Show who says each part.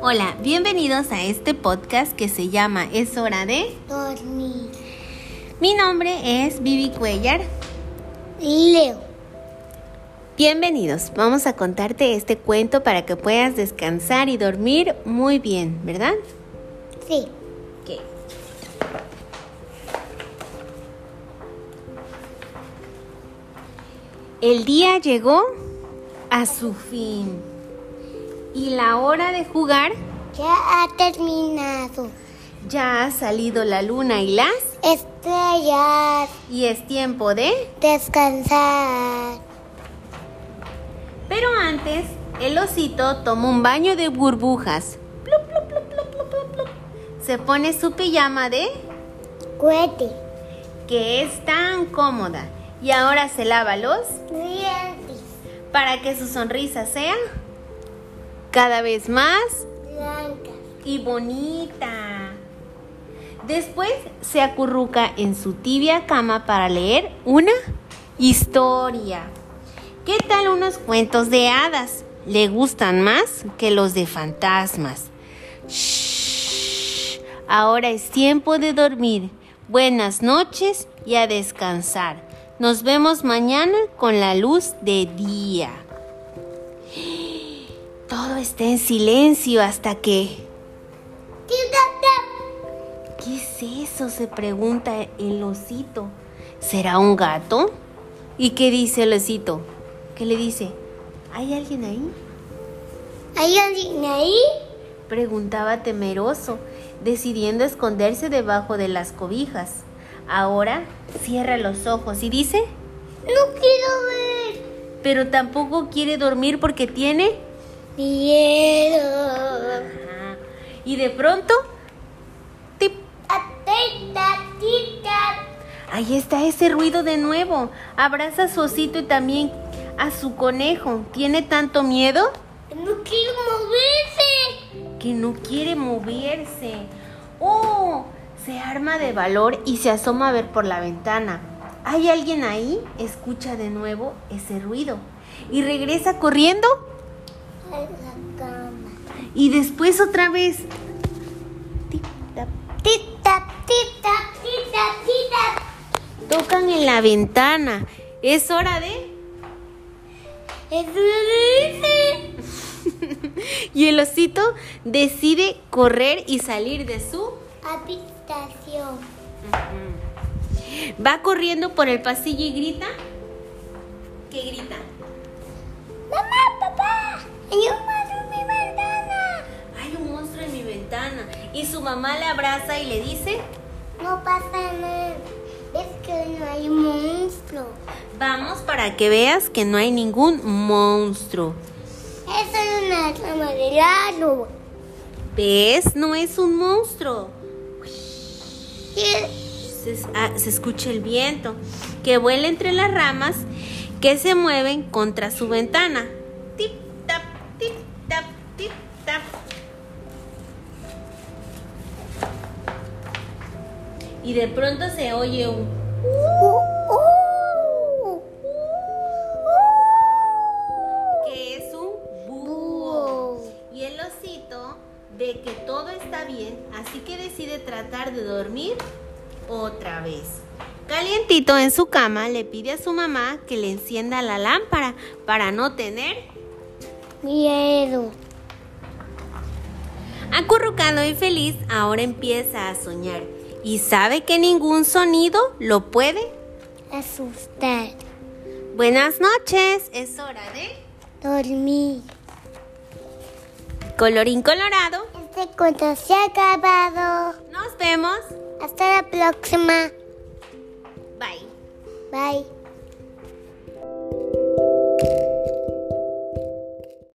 Speaker 1: Hola, bienvenidos a este podcast que se llama Es hora de...
Speaker 2: Dormir.
Speaker 1: Mi nombre es Vivi Cuellar.
Speaker 2: Leo.
Speaker 1: Bienvenidos, vamos a contarte este cuento para que puedas descansar y dormir muy bien, ¿verdad?
Speaker 2: Sí.
Speaker 1: Ok. El día llegó a su fin y la hora de jugar
Speaker 2: Ya ha terminado.
Speaker 1: ya ha salido la luna y las
Speaker 2: Estrellas.
Speaker 1: y es tiempo de...
Speaker 2: Descansar.
Speaker 1: Pero antes, el osito tomó un baño de burbujas. Plup, plup, plup, plup, plup, plup, plup. Se pone su pijama de
Speaker 2: Cohete.
Speaker 1: que es tan cómoda y ahora se lava los
Speaker 2: Dientes.
Speaker 1: para que su sonrisa sea cada vez más
Speaker 2: Blancas.
Speaker 1: y bonita. Después se acurruca en su tibia cama para leer una historia. ¿Qué tal unos cuentos de hadas? Le gustan más que los de fantasmas. Shh. Ahora es tiempo de dormir. Buenas noches y a descansar. Nos vemos mañana con la luz de día. Todo está en silencio hasta que... ¿Qué es eso? se pregunta el osito. ¿Será un gato? ¿Y qué dice el osito? ¿Qué le dice? ¿Hay alguien ahí?
Speaker 2: ¿Hay alguien ahí?
Speaker 1: Preguntaba temeroso, decidiendo esconderse debajo de las cobijas. Ahora cierra los ojos y dice,
Speaker 2: No quiero ver.
Speaker 1: pero tampoco quiere dormir porque tiene...
Speaker 2: Miedo.
Speaker 1: Ajá. Y de pronto... ¡Tip!
Speaker 2: Atenta, tita.
Speaker 1: Ahí está ese ruido de nuevo. Abraza a su osito y también a su conejo. ¿Tiene tanto miedo?
Speaker 2: No quiero moverse.
Speaker 1: que no quiere moverse. ¡Oh! Se arma de valor y se asoma a ver por la ventana. ¿Hay alguien ahí? Escucha de nuevo ese ruido. Y regresa corriendo
Speaker 2: A la cama.
Speaker 1: y después otra vez. Tic, tac.
Speaker 2: Tita, tita, tita, tita.
Speaker 1: Tocan en la ventana. Es hora de...
Speaker 2: Es una dulce.
Speaker 1: Y el osito decide correr y salir de su
Speaker 2: Habitación.
Speaker 1: Va corriendo por el pasillo y grita. ¿Qué grita?
Speaker 2: Mamá, papá, hay un monstruo en mi ventana.
Speaker 1: Hay un monstruo en mi ventana. Y su mamá la abraza y le dice,
Speaker 2: No pasa nada. Es que no hay monstruo.
Speaker 1: vamos para que veas que no hay ningún monstruo.
Speaker 2: Es solo una rama del árbol.
Speaker 1: ¿Ves? No es un monstruo.
Speaker 2: Y-
Speaker 1: Se, es- ah, se escucha el viento que vuela entre las ramas que se mueven contra su ventana. Tip, tap, tip, tap, tip, tap. Y de pronto se oye un...
Speaker 2: Uh, uh,
Speaker 1: que es un búho.
Speaker 2: uh.
Speaker 1: Y el osito de que todo está bien, así que decide tratar de dormir otra vez. Calientito en su cama le pide a su mamá que le encienda la lámpara para no tener
Speaker 2: Miedo.
Speaker 1: Acurrucado y feliz, ahora empieza a soñar y sabe que ningún sonido lo puede.
Speaker 2: Asustar.
Speaker 1: Buenas noches, es hora de
Speaker 2: Dormir.
Speaker 1: colorín colorado.
Speaker 2: Este cuento se ha acabado.
Speaker 1: Nos vemos.
Speaker 2: Hasta la próxima.
Speaker 1: Bye.
Speaker 2: Bye.